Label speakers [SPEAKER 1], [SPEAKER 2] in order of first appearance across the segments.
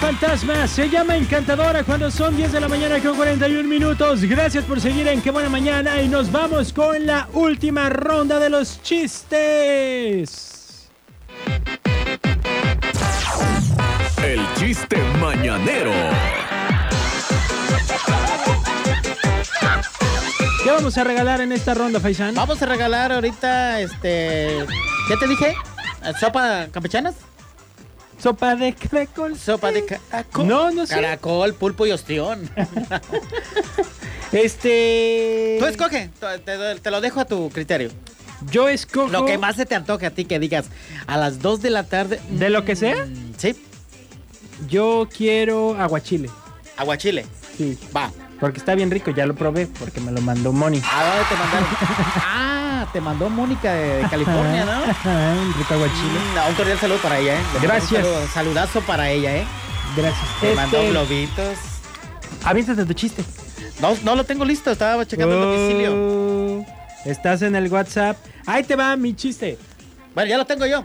[SPEAKER 1] fantasmas. Se llama Encantadora cuando son 10 de la mañana con 41 minutos. Gracias por seguir en Qué Buena Mañana y nos vamos con la última ronda de los chistes.
[SPEAKER 2] El chiste mañanero.
[SPEAKER 1] ¿Qué vamos a regalar en esta ronda, Faisán?
[SPEAKER 3] Vamos a regalar ahorita, este... ¿Qué te dije? ¿Sopa campechanas?
[SPEAKER 1] Sopa de caracol.
[SPEAKER 3] Sopa de ah, caracol.
[SPEAKER 1] No, no sé.
[SPEAKER 3] Caracol, pulpo y ostión.
[SPEAKER 1] Este.
[SPEAKER 3] Tú escoge, tú- te, doy- te lo dejo a tu criterio.
[SPEAKER 1] Yo escojo.
[SPEAKER 3] Lo que más se te antoje a ti que digas a las 2 de la tarde.
[SPEAKER 1] ¿De lo que
[SPEAKER 3] mm,
[SPEAKER 1] sea?
[SPEAKER 3] Sí,
[SPEAKER 1] Yo quiero aguachile.
[SPEAKER 3] aguachile.
[SPEAKER 1] Sí.
[SPEAKER 3] Va.
[SPEAKER 1] Porque está bien rico, ya lo probé, porque me lo mandó Moni.
[SPEAKER 3] ¿A dónde te mandaron? ah, te mandó Mónica de, de California, ¿no?
[SPEAKER 1] Ajá, un rico aguachile.
[SPEAKER 3] Mm, Un cordial saludo para ella, ¿eh? Le mando un
[SPEAKER 1] Gracias.
[SPEAKER 3] saludo, saludazo para ella, ¿eh?
[SPEAKER 1] Gracias.
[SPEAKER 3] Te mandó
[SPEAKER 1] Este,
[SPEAKER 3] globitos.
[SPEAKER 1] aviéntate tu chiste.
[SPEAKER 3] No, no lo tengo listo, estaba checando el domicilio.
[SPEAKER 1] Oh, Estás en el WhatsApp. Ahí te va mi chiste.
[SPEAKER 3] Bueno, ya lo tengo yo.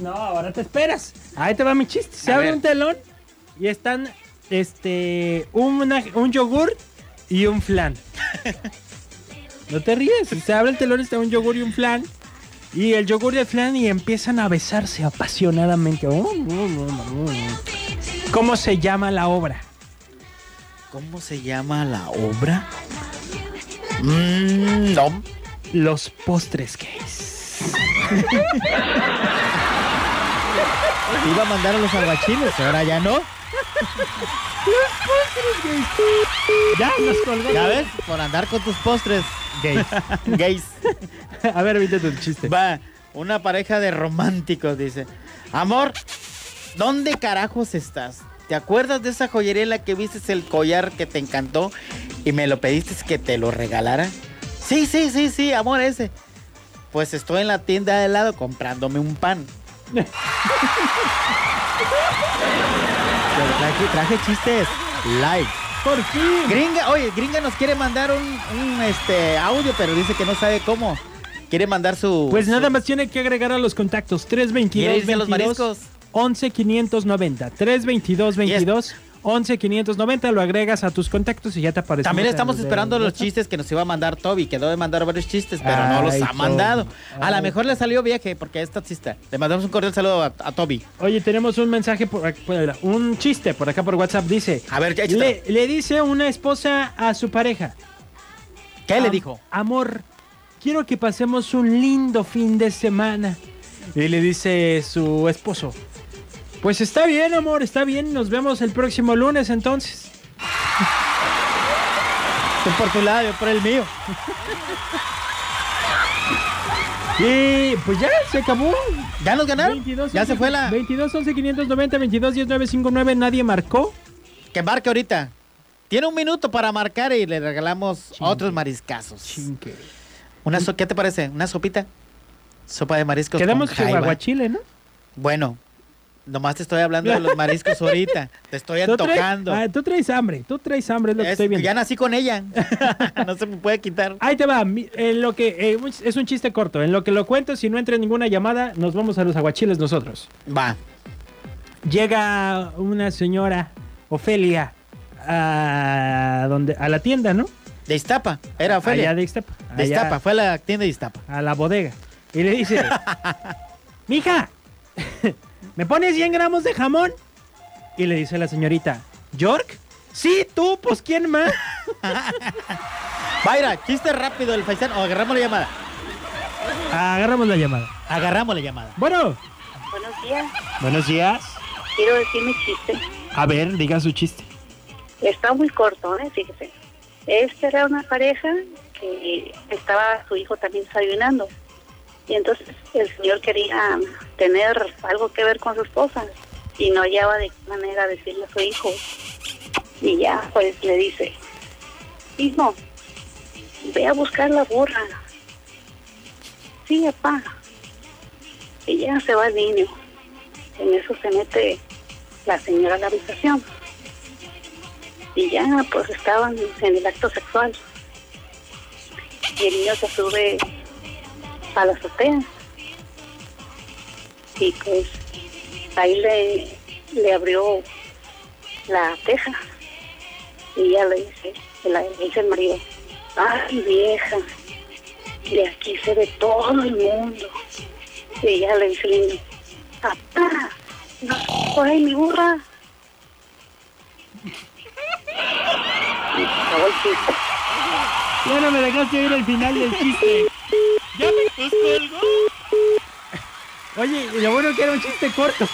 [SPEAKER 1] No, ahora te esperas. Ahí te va mi chiste. Se
[SPEAKER 3] A
[SPEAKER 1] abre
[SPEAKER 3] ver.
[SPEAKER 1] un telón y están este una- un yogur y un flan. no te ríes. Se abre el telón, está un yogur y un flan. Y el yogur y el flan y empiezan a besarse apasionadamente. Oh, ¿Cómo se llama la obra?
[SPEAKER 3] ¿Cómo se llama la obra? Mm, no.
[SPEAKER 1] Los postres gays.
[SPEAKER 3] Te Iba a mandar a los aguachiles, ahora ya no.
[SPEAKER 1] Ya nos colgó.
[SPEAKER 3] Ya ves, por andar con tus postres. Gays. Gays.
[SPEAKER 1] A ver, viste tu chiste.
[SPEAKER 3] Va, una pareja de románticos dice, amor, ¿dónde carajos estás? ¿Te acuerdas de esa joyería en la que viste el collar que te encantó y me lo pediste que te lo regalara? Sí, sí, sí, sí, amor ese. Pues estoy en la tienda de helado comprándome un pan. Pero traje, traje chistes live.
[SPEAKER 1] Por fin.
[SPEAKER 3] Gringa, oye, Gringa nos quiere mandar un, un, este audio, pero dice que no sabe cómo. Quiere mandar su.
[SPEAKER 1] Pues
[SPEAKER 3] su-
[SPEAKER 1] nada más tiene que agregar a los contactos 322
[SPEAKER 3] ¿Quiere irse a los
[SPEAKER 1] 22
[SPEAKER 3] mariscos?
[SPEAKER 1] 11 590 322 22 11 590 lo agregas a tus contactos y ya te aparece.
[SPEAKER 3] También estamos esperando los chistes que nos iba a mandar Toby. Quedó de mandar varios chistes, pero no los
[SPEAKER 1] Ay,
[SPEAKER 3] ha
[SPEAKER 1] Toby.
[SPEAKER 3] mandado. A
[SPEAKER 1] Ay.
[SPEAKER 3] lo mejor le salió viaje porque es taxista. Le mandamos un cordial saludo a, a Toby.
[SPEAKER 1] Oye, tenemos un mensaje por ac- por- un chiste por acá por WhatsApp dice.
[SPEAKER 3] A ver, ya échatelo.
[SPEAKER 1] Le, le dice una esposa a su pareja.
[SPEAKER 3] ¿Qué le
[SPEAKER 1] "Am-
[SPEAKER 3] dijo?
[SPEAKER 1] Amor, quiero que pasemos un lindo fin de semana. Y le dice su esposo. Pues está bien, amor, está bien. Nos vemos el próximo lunes entonces.
[SPEAKER 3] Tú por tu lado, yo por el mío.
[SPEAKER 1] Y pues ya, se acabó.
[SPEAKER 3] ¿Ya nos ganaron?
[SPEAKER 1] 22,
[SPEAKER 3] ya
[SPEAKER 1] 11,
[SPEAKER 3] se fue la.
[SPEAKER 1] 22 11 590 22 10 959 nadie marcó.
[SPEAKER 3] Que marque ahorita. Tiene un minuto para marcar y le regalamos otros mariscazos.
[SPEAKER 1] Chinque.
[SPEAKER 3] Una so- ¿Qué te parece? ¿Una sopita? Sopa de mariscos.
[SPEAKER 1] Quedamos
[SPEAKER 3] con
[SPEAKER 1] que
[SPEAKER 3] jaiba.
[SPEAKER 1] aguachile, ¿no?
[SPEAKER 3] Bueno, nomás te estoy hablando de los mariscos ahorita. Te estoy
[SPEAKER 1] Tú traes-
[SPEAKER 3] antojando.
[SPEAKER 1] ah, tú traes hambre, tú traes hambre, es lo que
[SPEAKER 3] Es-
[SPEAKER 1] estoy viendo.
[SPEAKER 3] ya nací con ella. no se me puede quitar.
[SPEAKER 1] Ahí te va, mi- en lo que eh, es un chiste corto, en lo que lo cuento, si no entra ninguna llamada, nos vamos a los aguachiles nosotros.
[SPEAKER 3] Va.
[SPEAKER 1] Llega una señora, Ofelia, a, donde, a la tienda, ¿no?
[SPEAKER 3] De Iztapa. Era Ofelia.
[SPEAKER 1] Allá de Iztapa.
[SPEAKER 3] de
[SPEAKER 1] allá-
[SPEAKER 3] Iztapa. Fue a la tienda de Iztapa.
[SPEAKER 1] a la bodega y le dice, mija, ¿me pones 100 gramos de jamón? Y le dice la señorita, ¿York? Sí, tú, pues ¿quién más?
[SPEAKER 3] Vaira, chiste rápido el faisán. O agarramos la llamada.
[SPEAKER 1] Agarramos la llamada.
[SPEAKER 3] Agarramos la llamada.
[SPEAKER 1] Bueno.
[SPEAKER 4] Buenos días.
[SPEAKER 1] Buenos días.
[SPEAKER 4] Quiero decir mi chiste.
[SPEAKER 1] A ver, diga su chiste.
[SPEAKER 4] Está muy corto, ¿eh? Fíjese. Esta era una pareja que estaba su hijo también desayunando. Y entonces el señor quería tener algo que ver con su esposa y no hallaba de qué manera decirle a su hijo. Y ya, pues le dice, hijo, ve a buscar la burra. Sí, papá. Y ya se va el niño. En eso se mete la señora a la habitación y ya pues estaban en el acto sexual. Y el niño se sube a la azotea. Y pues ahí le, le abrió la teja. Y ya le dice, la, le dice el marido, ay vieja, de aquí se ve todo el mundo. Y ella le dice el niño, papá, no, ay mi burra. Y se acabó el chiste.
[SPEAKER 1] Ya no me dejaste oír el final del chiste.
[SPEAKER 5] Ya me pues, colgó.
[SPEAKER 1] Oye, y lo bueno que era un chiste corto.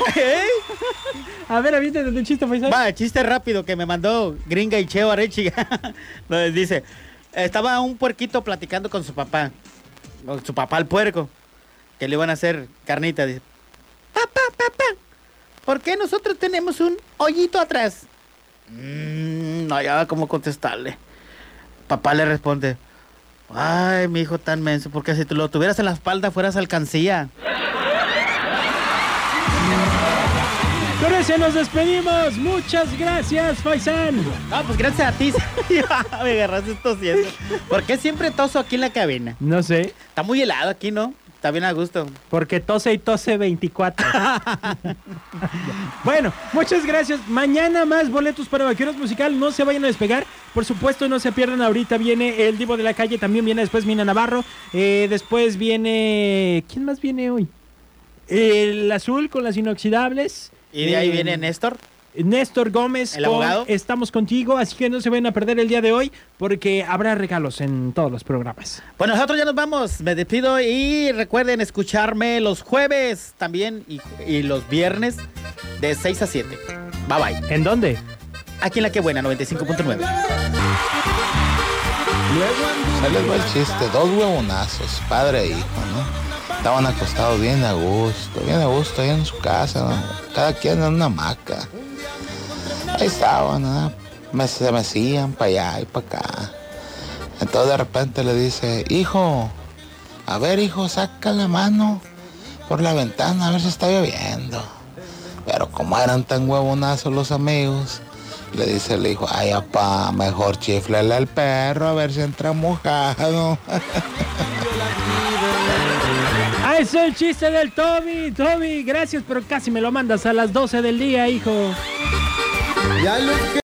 [SPEAKER 1] A ver, aviéntate tu chiste, Faisal.
[SPEAKER 3] Va, chiste rápido que me mandó Gringa y Cheo Arechiga. Nos dice, estaba un puerquito platicando con su papá, con su papá el puerco, que le iban a hacer carnita. Dice, papá, papá, ¿por qué nosotros tenemos un hoyito atrás? Mm, no hallaba cómo contestarle. Papá le responde, ay, mi hijo tan menso, porque si tú lo tuvieras en la espalda fueras alcancía.
[SPEAKER 1] Con eso nos despedimos. Muchas gracias, Faisal.
[SPEAKER 3] Ah, pues gracias a ti. me agarraste tosiendo. ¿Por qué siempre toso aquí en la cabina?
[SPEAKER 1] No sé,
[SPEAKER 3] Está muy helado aquí, ¿no? Está bien a gusto.
[SPEAKER 1] porque tose y tose 24. bueno, muchas gracias. Mañana más boletos para Vaqueros Musical. No se vayan a despegar. Por supuesto, no se pierdan. Ahorita viene el Divo de la Calle. También viene después Mina Navarro. Eh, después viene... ¿Quién más viene hoy? El Azul con las inoxidables.
[SPEAKER 3] Y de ahí
[SPEAKER 1] Eh,
[SPEAKER 3] viene Néstor.
[SPEAKER 1] Néstor Gómez,
[SPEAKER 3] ¿El
[SPEAKER 1] con
[SPEAKER 3] abogado?
[SPEAKER 1] estamos contigo, así que no se vayan a perder el día de hoy porque habrá regalos en todos los programas.
[SPEAKER 3] Pues nosotros ya nos vamos. Me despido y recuerden escucharme los jueves también y, y los viernes de 6 a 7. Bye bye.
[SPEAKER 1] ¿En dónde?
[SPEAKER 3] Aquí en La Que Buena, 95.9.
[SPEAKER 6] Ahí les va el chiste, dos huevonazos, padre e hijo, ¿no? Estaban acostados bien a gusto, bien a gusto ahí en su casa, ¿no? Cada quien en una hamaca. Ahí estaban, ¿no? Me- se mecían para allá y para acá. Entonces de repente le dice, hijo, a ver hijo, saca la mano por la ventana a ver si está lloviendo. Pero como eran tan huevonazos los amigos, le dice el hijo, ay papá, mejor chiflele al perro a ver si entra mojado.
[SPEAKER 1] Ah, es el chiste del Toby. Toby, gracias, pero casi me lo mandas a las 12 del día, hijo.